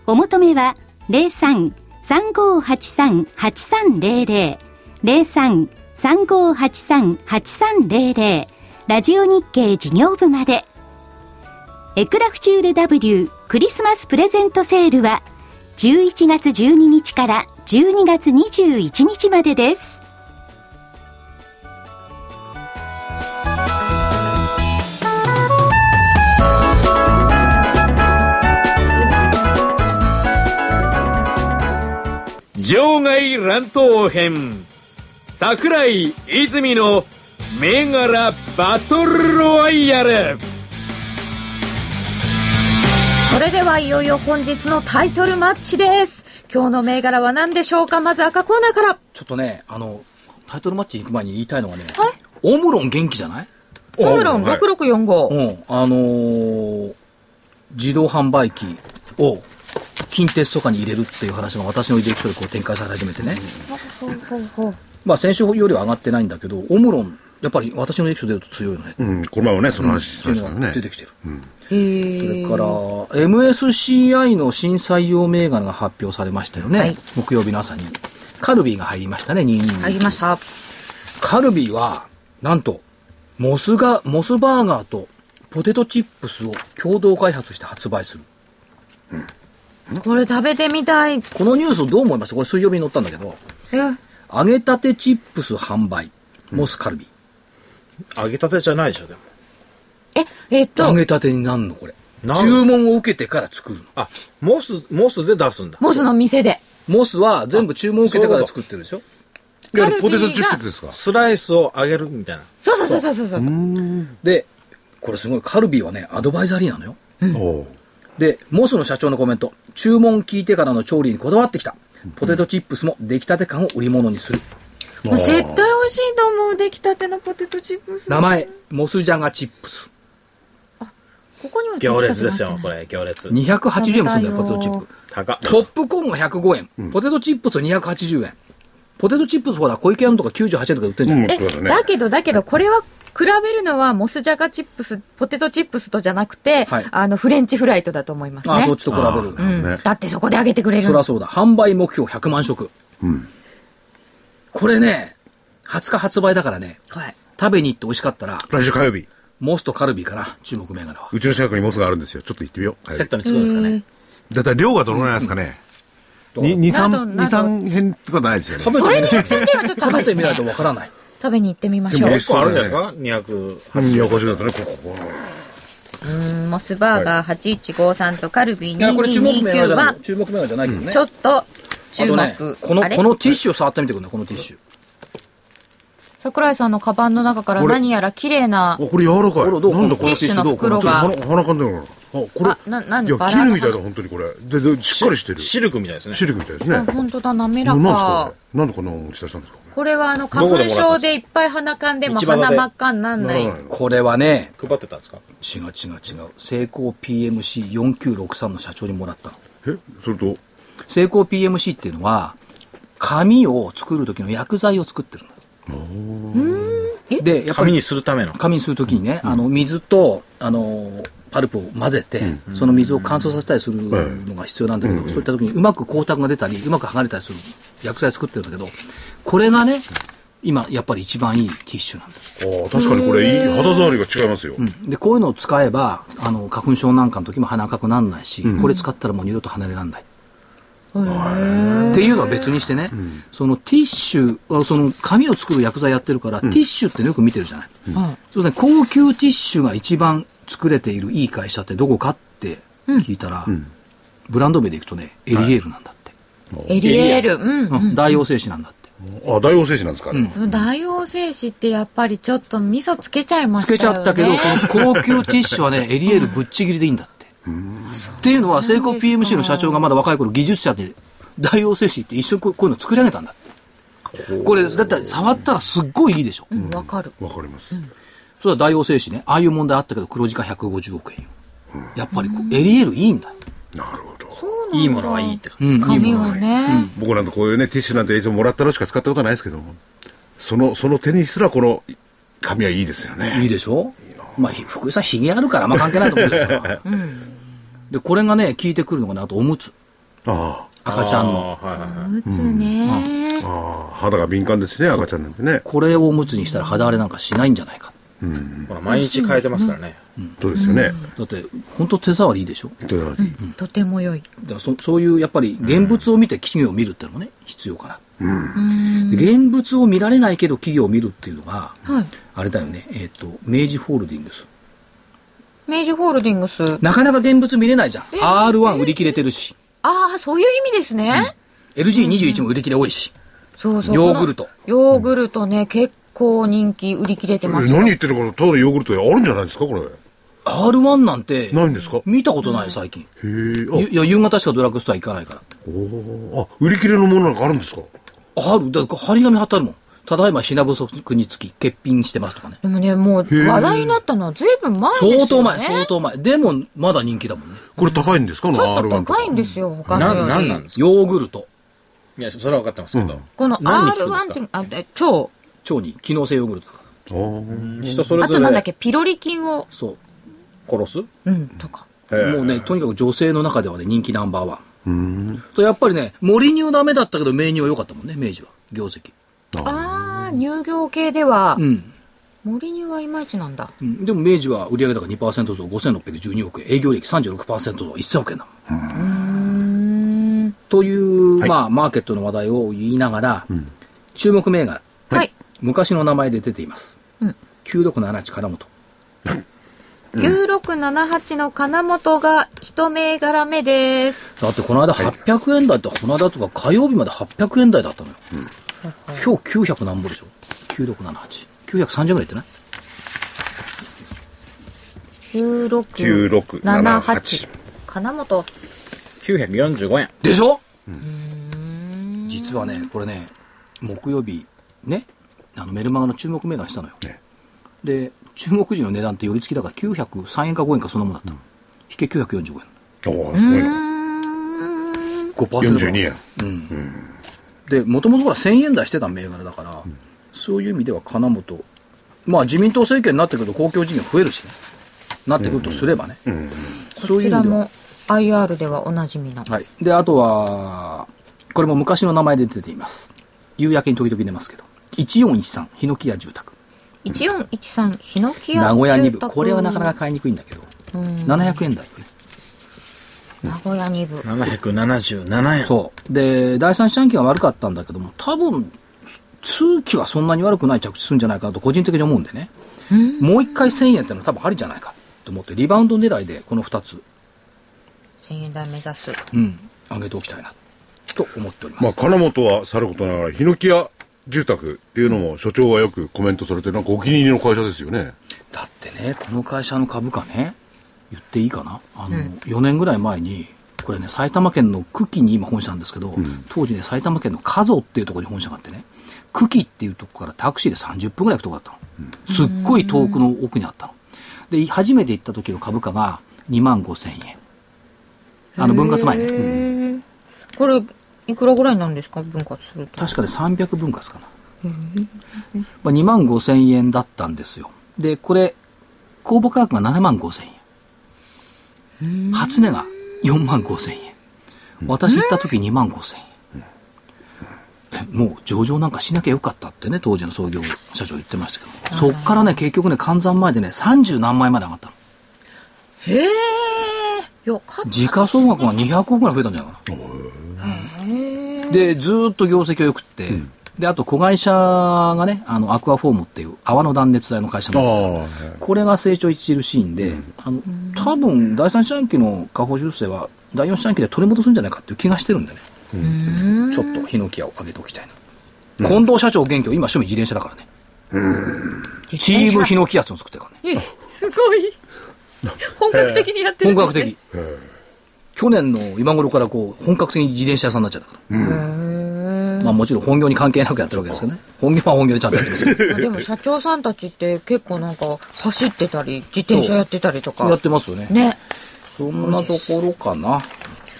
お求めは03-3583-8300 03-3583-8300ラジオ日経事業部までエクラフチュール W クリスマスプレゼントセールは11月12日から12月21日までです場外乱闘編桜井泉の銘柄バトルロワイヤルそれではいよいよ本日のタイトルマッチです今日の銘柄は何でしょうかまず赤コーナーからちょっとね、あの、タイトルマッチ行く前に言いたいのはね、オムロン元気じゃないオムロン6645、うん、あのー自動販売機を近鉄とかに入れるっていう話が私の履歴書でこう展開され始めてね、ほうほうほうまあ先週よりは上がってないんだけど、オムロン、やっぱり私の履歴書出ると強いよね。うん、この前もね、その話してっまていしうたよのがね出。てきてる。えー、それから、MSCI の新採用銘柄が発表されましたよね。はい木曜日の朝に。カルビーが入りましたね、22に。入りましたカルビーは、なんと、モスが、モスバーガーとポテトチップスを共同開発して発売する。これ食べてみたいこのニュースどう思いましたこれ水曜日に載ったんだけど、え揚げたてチップス販売、モスカルビー。揚げたてじゃないでしょ、でも。ええっと揚げたてになんのこれ。なん注文を受けてから作るの。あ、モス、モスで出すんだ。モスの店でモスは全部注文を受けてから作ってるでしょいや、カルビーがポテトチップスですかスライスを揚げるみたいな。そうそうそうそうそうそうで、これすごい、カルビーはね、アドバイザリーなのよ。おうで、モスの社長のコメント。注文聞いてからの調理にこだわってきた。ポテトチップスも出来たて感を売り物にする。もう絶対美味しいと思う出来たてのポテトチップス名前、モスジャガチップス。ここには出来たて行列ですなよん、てこないれ、行列。 280円もするんだよ、高ポテいよトチップ。高っ。ポップコーンが105円。ポテトチップス280円。ポテトチップスほら、小池屋のとか98円とかで売ってんじゃ。うんん、そうだえね。だけどだけどこれは比べるのはモスジャガチップスポテトチップスとじゃなくて、はいあのフレンチフライトだと思いますねああ、そっちと比べる。あーうんねだってそこで揚げてくれるそんりだゃそうだ。販売目標100万食。うん。これね、20日発売だからね、はい食べに行って美味しかったら、来週火曜日、モスとカルビーかな、注目銘柄は。うちの近くにモスがあるんですよ。ちょっと行ってみよう。火曜セッ日トに作るんですかね。だいたい量がどのぐらいなんですかねうんに二など三など二三編とかないですよね。べそれにみない100点はちょっと食高いべでてすみないねとわからない。食べに行ってみましでょもう美結味構しそあうるんじだゃよねないですかうん、いや、おかしい280だ円っ。たね、ここ。うんモスバーガー8153とカルビーいや、これ注目銘柄じ2229ゃな。はい注目銘柄じゃないけどね。ちょっと注あ目、とね、この、あれこのティッシュを触ってみてくんない、このティッシュ。桜井さんのカバンの中からこれ何やら綺麗なおこれ柔らかい。ほらどうなんだここのティれ。ッシュのちょ袋っとが鼻鼻かんでるから。あ、これ。あななんいや、バラの絹みたいだ、本当にこれ。で、で、しっかりしてる。シルクみたいですね。シルクみたいですね。あ本当だ滑らなかんですか、これ。なんでこんなの持ち出したんですか、ここれはあの花粉症でいっぱい鼻かんでも道端で鼻真っ赤になんれ。ないならないの。これはね、配ってたんですか違う違う違う。セイコー PMC4963 の社長にもらったの。えそれと、セイコー PMC っていうのは、紙を作る時の薬剤を作ってるの。で、やっぱ紙りにするための。紙にするときにね、あの水とあのパルプを混ぜて、その水を乾燥させたりするのが必要なんだけど、そういったときにうまく光沢が出たり、うまく剥がれたりする薬剤作ってるんだけど、これがね、今、やっぱり一番いいティッシュなんだ、ああ、確かにこれ、いい肌触りが違いますよ。うんでこういうのを使えばあの、花粉症なんかの時も鼻赤くならないし、これ使ったらもう二度と離れられない。っていうのは別にしてね、そのティッシュあの、その紙を作る薬剤やってるから、ティッシュってよく見てるじゃない。はいそうね、高級ティッシュが一番作れているいい会社ってどこかって聞いたら、ブランド名でいくとね、エリエールなんだって。エリエール。うん。うん大王製紙なんだって。あ、大王製紙なんですか、あれうん大王製紙ってやっぱりちょっと味噌つけちゃいまつしたよけね。ちゃったけど、この高級ティッシュはね、エリエールぶっちぎりでいいんだって。っていうのは、セイコー PMC の社長がまだ若い頃、技術者で、大王製紙って一緒にこうこういうの作り上げたんだって。これ、だって触ったらすっごいいいでしょ。うん、わかる。わかります。それは大王製紙ね、ああいう問題あったけど、黒字化150億円よ。やっぱりこう、エリエールいいんだよ。なるほど。いいものはいいって感じうん、紙はね。僕なんてこういうね、ティッシュなんていつももらったのしか使ったことないですけども、その、その手にすらこの紙はいいですよね。いいでしょまあ、ひ福井さん、ひげあるから、あんま関係ないと思うけど さ。で、これがね、効いてくるのがね、あとおむつ。あ赤ちゃんの。あーはいはいはい打つねあ、。ああ、肌が敏感ですね、赤ちゃんなんてね。これをおむつにしたら肌荒れなんかしないんじゃないか。ほら毎日変えてますからね、そうですよね。だって、本当手触りいいでしょというわけでとても良い。だからそそういう、やっぱり、現物を見て企業を見るってのもね、必要かな。で現物を見られないけど企業を見るっていうのが、はい。あれだよね、えっ、と、明治ホールディングス。明治ホールディングス。なかなか現物見れないじゃん。R1 売り切れてるし、ああ、そういう意味ですね。 LG21 も売り切れ多いし。そうそう。ヨーグルトこの。ヨーグルトね、結構人気売り切れてえます。何言ってるかのただヨーグルトあるんじゃないですかこれ。 R1 なんて、ないんですかへ見たことないよ、最近。ゆえ。いや、夕方しかドラッグストア行かないから。あ、あ売り切れのものなんかあるんですかある、だから張り紙貼ってあるもん。ただいま品不足につき欠品してますとかね。でもね、もう話題になったのは随分前ですよね。相当前、相当前。でも、まだ人気だもんね。これ高いんですかこちのょっと R1 とか高。いんですよ、他なのよんり。なんなんですかヨーグルト、いやそれは分かってますけど、この何に効くんです R1 かって、あ、で超。腸に機能性ヨーグルトとか。あー人それあぞとなんだれっけ、ピロリ菌を、そう。殺すうん、とか。もうね、とにかく女性の中ではね、人気ナンバーワン。と、やっぱりね、森乳ダメだったけど、明乳は良かったもんね、明治は。業績。ああ、乳業系ではう、ん。森乳はいまいちなんだ。うんでも明治は売上高2%増5612億円、営業利益36%増1000億円だもん。という、はいまあ、マーケットの話題を言いながら、注目銘柄、はい。昔の名前で出ています。うん9678金本。 9678の金本が一銘柄目です。だってこの間800円台って、この間とか火曜日まで800円台だったのよ。今日900何本でしょ ?9678。930円ぐらいいってない9678 9678。金本。 945円でしょ実はね、これね、木曜日、ね、あのメルマガの注目銘柄にしたのよ。ねで、中国人の値段って寄り付きだから903円か5円かそんなもんだったの。引け945円。あー、すごいな。 5%。 42円。で、もともとほら1000円台してた銘柄だから、そういう意味では金本、まあ自民党政権になってくると公共事業増えるしね。なってくるとすればね。そこういうち意ら味では。も IR ではおなじみの。はい。で、あとは、これも昔の名前で出ています。夕焼けに時々出ますけど。1413、ヒノキ屋住宅。 1413ヒノキ屋名古屋2住部。宅これはなかなか買いにくいんだけど。700円台よね。名古屋2部777 円そう。で、第三四半期は悪かったんだけども、多分、通期はそんなに悪くない着地するんじゃないかなと個人的に思うんでね。もう一回1000円ってのは多分ありじゃないかと思って、リバウンド狙いでこの2つ、 1000円台目指すうん、上げておきたいな、と思っております。まあ、金本はさることながら、ヒノキ屋住宅っていうのも所長はよくコメントされてる、なんかお気に入りの会社ですよね。だってね、この会社の株価ね、言っていいかなあの、4年ぐらい前に、これね、埼玉県の久喜に今本社なんですけど、当時ね、埼玉県の加須っていうところに本社があってね、久喜っていうとこからタクシーで30分ぐらい行くとこだったの。すっごい遠くの奥にあったの。で、初めて行った時の株価が2万5千円。あの、分割前ね。ねこれいくらぐらいなんですか分割すると確かで300分割かな、まあ、2万5千円だったんですよでこれ公募価格が7万5千円初値が4万5千円私行った時2万5千円でもう上場なんかしなきゃよかったってね当時の創業社長言ってましたけどそっからね結局ね換算前でね30何枚まで上がったのへえよかった時価総額が200億ぐらい増えたんじゃないかなでずーっと業績が良くって、で、あと、子会社がね、あの、アクアフォームっていう泡の断熱材の会社ああの、はいこれが成長著しいんで、あの、多分、第三四半期の下方修正は、第四四半期で取り戻すんじゃないかっていう気がしてるんでね。ちょっと、ヒノキ屋を上げておきたいな。近藤社長元気を今、趣味自転車だからね。チームヒノキ圧を作ってるからね。えすごい。本格的にやってる本んです、ね。格 的。去年の今頃からこう、本格的に自転車屋さんになっちゃったから。まあもちろん本業に関係なくやってるわけですよね。本業は本業でちゃんとやってますけ ど。 でも社長さんたちって結構なんか走ってたり自転車やってたりとやっかてますよね。ねそんなところかな。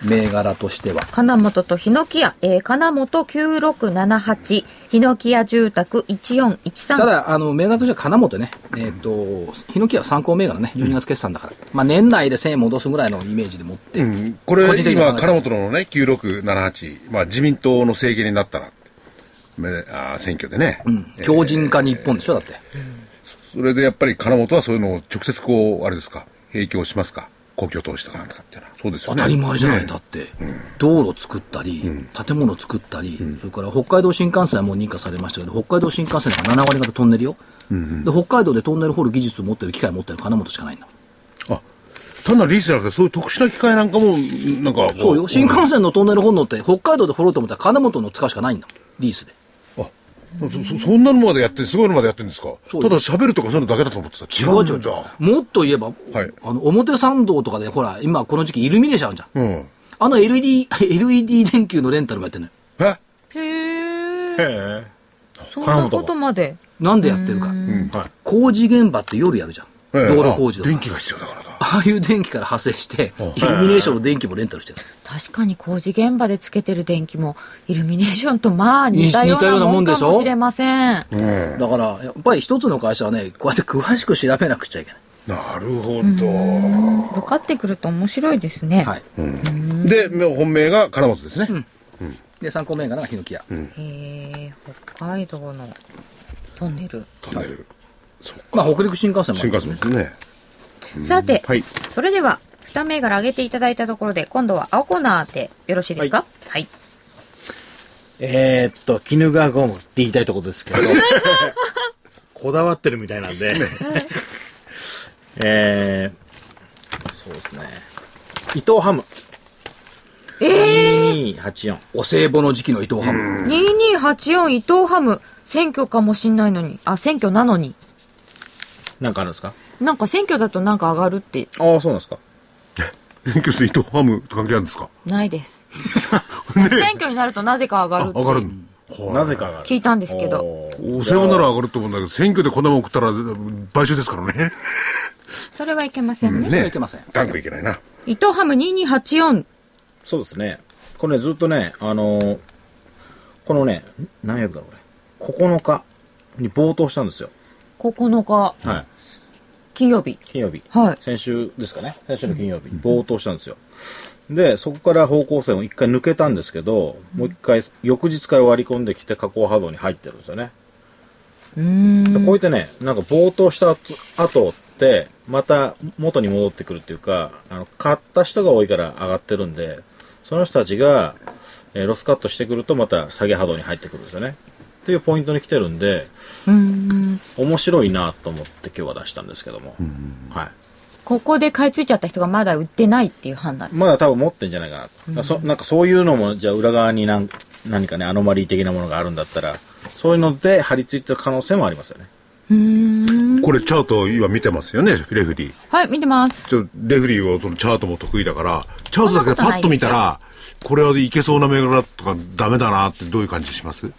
銘柄としては。金本とヒノキ屋、えー、金本9678ヒノキ屋住宅1413ただ、あの、銘柄としては金本ね。えっ、と、ヒノキは参考銘柄ね。12月決算だから。まあ年内で1000円戻すぐらいのイメージで持って。うん、こ個れ人的な今話金本のね9678、まあ、自民党の政権になったらめあー選挙でね、うん。強靭化日本でしょだって。それでやっぱり金本はそういうのを直接こうあれですか影響しますか公共投資とかなんとかっていうのはそうですよ当ねたり前じゃない、ねだって、道路作ったり、建物作ったり、それから北海道新幹線はもう認可されましたけど、北海道新幹線なんか7割方トンネルよ、で、北海道でトンネル掘る技術を持ってる機械を持ってる金本しかないんだ、あ単なるリースじゃなくてそういう特殊な機械なんかもなんかこそうよ、新幹線のトンネル掘るのって、北海道で掘ろうと思ったら金本の使うしかないんだ、リースで。あそそそんなのまでやってすごいのまでやってるんですかそうただ喋るとかそういうのだけだと思ってた違違うう違うんだもっと言えば、はいあの表参道とかで、ほら、今この時期イルミネーションあるじゃん。うんあの LED、LED 電球のレンタルもやってるのよ。えへえへそんなことまでなんでやってるか。え、はい、工事現場って夜やるじゃん。ええ道路工事とあか。電気が必要だからだああいう電気から派生して、イルミネーションの電気もレンタルしてる。確かに工事現場でつけてる電気もイルミネーションとまあ似たよ似たよううななももんんでかしょもしれませんだから、やっぱり一つの会社はね、こうやって詳しく調べなくちゃいけない。なるほど、分かってくると面白いですね、はい。で本命が金本ですね、で、参考銘柄がヒノキ屋。えー北海道のトンネル、トンネルそうまあ、北陸新幹線もあ新る幹線ですねさて、はいそれでは2銘柄上げていただいたところで今度は青コーナーでよろしいですかはい、えー、っと、絹川ゴムって言いたいところですけど、 こだわってるみたいなんで、 えー、そうですね。伊藤ハム。えー、2284。お歳暮の時期の伊藤ハム。 2284伊藤ハム選挙かもしんないのにあ選挙なのになんかあるんですかなんか選挙だとなんか上がるってああ、そうなんですか。選挙する伊藤ハムと関係あるんですかないです選挙になるとなぜか上がるあって上がるのはいなぜかがある。聞いたんですけどお世話なら上がると思うんだけど選挙でこんなもん食ったら買収ですからねそれはいけませんね、それはいけません。ダンクいけないな伊藤ハム2284そうですね。これねずっとね、あのーこのね、ん何曜日だろうこれ。9日に冒頭したんですよ。 9日はい。金曜日金曜日。はい先週ですかね。先週の金曜日。冒頭したんですよ。で、そこから方向線を一回抜けたんですけど、もう一回、翌日から割り込んできて下降波動に入ってるんですよね。でこうやってね、なんか冒頭した後後って、また元に戻ってくるっていうか、あの、買った人が多いから上がってるんで、その人たちが、えーロスカットしてくるとまた下げ波動に入ってくるんですよね。っていうポイントに来てるんで、面白いなと思って今日は出したんですけども。はい。ここで買い付いちゃった人がまだ売ってないっていう判断まだ多分持ってんじゃないかなと。だからそなんかそういうのも、じゃあ裏側になん何かね、アノマリー的なものがあるんだったら、そういうので張り付いてる可能性もありますよね。これチャート今見てますよねレフリーはい見てますちょレフリーはそのチャートも得意だからチャートだけでパッと見たらこれはいけそうな銘柄とかダメだなってどういう感じします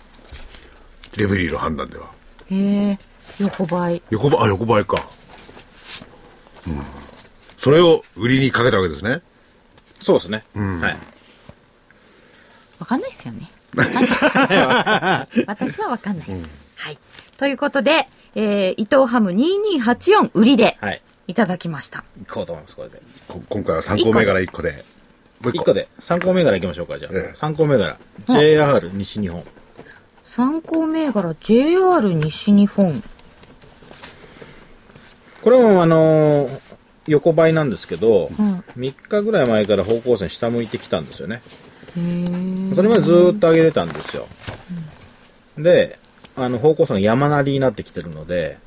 レフリーの判断ではへえ横ばい横ばいあ横ばいか、うん、それを売りにかけたわけですねそうですね。はい。わかんないです よね。私はわかんないです。はい。ということで、えー、伊藤ハム2284売りではい。いただきました。行こうと思います、これで。こ今回は参考銘柄1個でもう一個で、参考銘柄行きましょうか、じゃあ。ええ参考銘柄。JR 西日本。参考銘柄 JR 西日本。これもあのー横ばいなんですけど、ん3日ぐらい前から方向線下向いてきたんですよね。それまでずーっと上げてたんですよ。で、あの、方向差が山なりになってきてるので、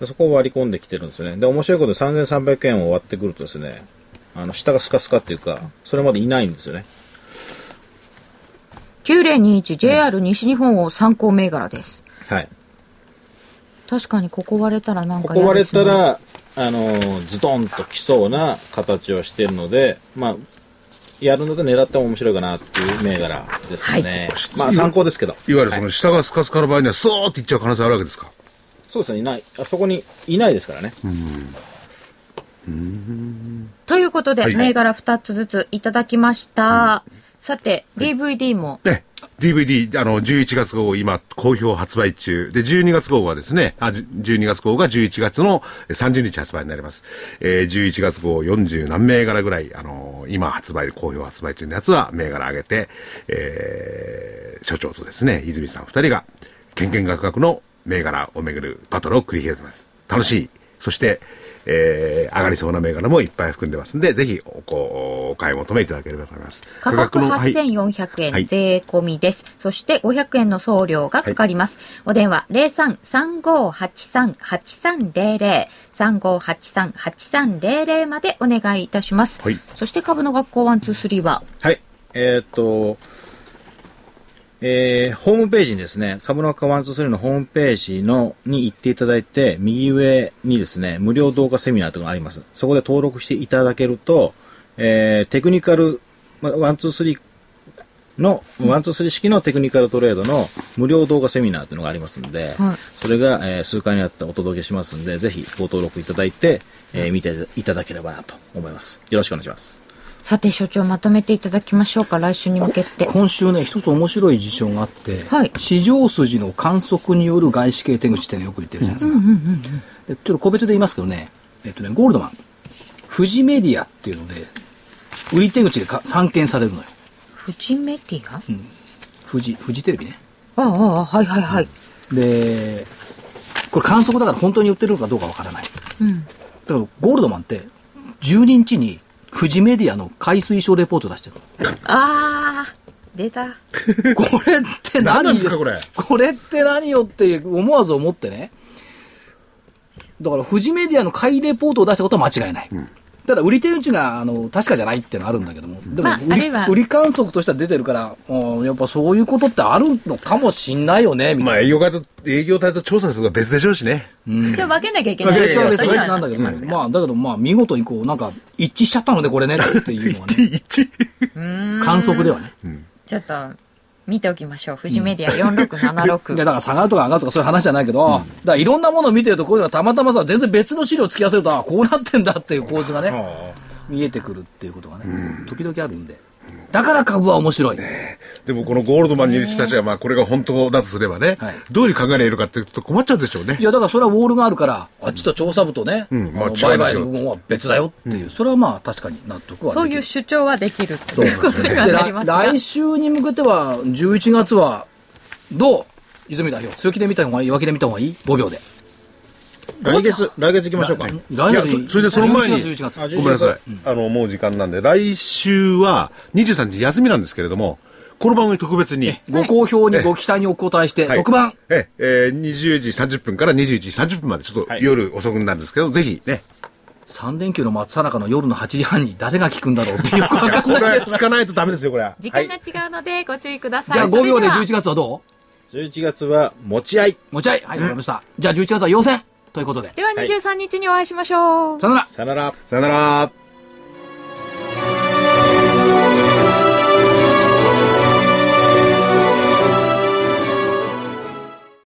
でそこを割り込んできてるんですよね。で、面白いことで3300円を割ってくるとですね、あの、下がスカスカっていうか、それまでいないんですよね。 9021JR 西日本を参考銘柄ですはい。確かにここ割れたらなんこかこ嫌割でれすねたら、あの、ズドンと来そうな形をしてるので、まあ、やるので狙っても面白いかなっていう銘柄ですね。まあ、参考ですけど。いわゆるその下がスカスカの場合にはストーっていっちゃう可能性あるわけですかそうですね、いない。あそこにいないですからね。ということで、はい銘柄2つずついただきました、さて DVD もね、DVD、あの、11月号、今、好評発売中。で、12月号はですね、あ、じゅ12月号が11月の30日発売になります。えー、11月号40何銘柄ぐらい、あのー今発売、好評発売中のやつは銘柄上げて、えー所長とですね、泉さん二人が、けんけんがくがくの銘柄をめぐるバトルを繰り広げてます。楽しい。そして、えー上がりそうな銘柄もいっぱい含んでますんで、ぜひ、お、こう、お買い求めいただければと思います。価格のはい8400円、はい税込みです。そして500円の送料がかかります。お電話0335838300、35838300までお願いいたします。はいそして株の学校123は、はい。えーっと、えーホームページにですね、株の価123のホームページのに行っていただいて、右上にですね、無料動画セミナーというのがあります。そこで登録していただけると、えーテクニカル、ま123の、123式のテクニカルトレードの無料動画セミナーというのがありますので、はいそれが、えー数回にあってお届けしますので、ぜひご登録いただいて、えー見ていただければなと思います。よろしくお願いします。さて所長まとめていただきましょうか、来週に向けて。今週ね、一つ面白い事象があって、はい市場筋の観測による外資系手口ってね、よく言ってるじゃないですか。でちょっと個別で言いますけどね、えっとね、ゴールドマン、フジメディアっていうので、売り手口でか散見されるのよ。フジメディア、フジ、フジテレビね。ああああ、はいはいはい。で、これ観測だから本当に売ってるのかどうかわからない。うん。だからゴールドマンって12日にフジメディアの海水症レポート出してるああ、出た。のこれって何何なんですかこれこれって何よって思わず思ってねだからフジメディアの買いレポートを出したことは間違いない、ただ売り手口があの確かじゃないっていうのはあるんだけどもでもまあ売あり,、れは売り観測としては出てるからうんやっぱそういうことってあるのかもしんないよねみまたいあ営業隊と、営業隊と調査するのは別でしょうしね。じゃあ分けなきゃいけな。ない。まあ別は別そういうのはなんだけど、分けますがまあ、だけど、まあ、見事にこう、なんか、一致しちゃったので、これね、っていうのはね、一 観測ではね。ちょっと見ておきましょう。フジメディア4676。 いやだから下がるとか上がるとかそういう話じゃないけど、だからいろんなものを見てるとこういうのがたまたまさ全然別の資料を突き合わせるとあこうなってんだっていう構図がね見えてくるっていうことがね、時々あるんでだから株は面白い、でもこのゴールドマンにいる人たちは、まあこれが本当だとすればね、はいどういう考えがいるかってちょっと困っちゃうでしょうねい。やだからそれはウォールがあるからあっちと調査部とね、んまああの違いますよ売買の部分は別だよっていう、それはまあ確かに納得はそうできいうる主張はできるとそういう ことにはでなりますが。来来週に向けては11月はどう泉代表強気で見た方がいい弱気で見た方がいい5秒で来月、来月行きましょうか。来いや月そそれでその前に11月11月あ11月ごめんなさい。あの、もう時間なんで、来週は23日休みなんですけれども、この番組特別に、ご好評にご期待にお答えして、はい特番、え、えー、20時30分から21時30分まで、ちょっとはい夜遅くなるんですけど、ぜひね、 3連休の真っ最中の夜の8時半に誰が聞くんだろうっていうかこれ聞かないとダメですよ、これは。時間が違うのでご注意ください。じゃあそ5れ秒では11月はど11月は持ち合い。うもちろん。はい、わかりました。じゃあ11月は要選ということで。では23日にお会いしましょう。さよなら。さよなら。さよなら。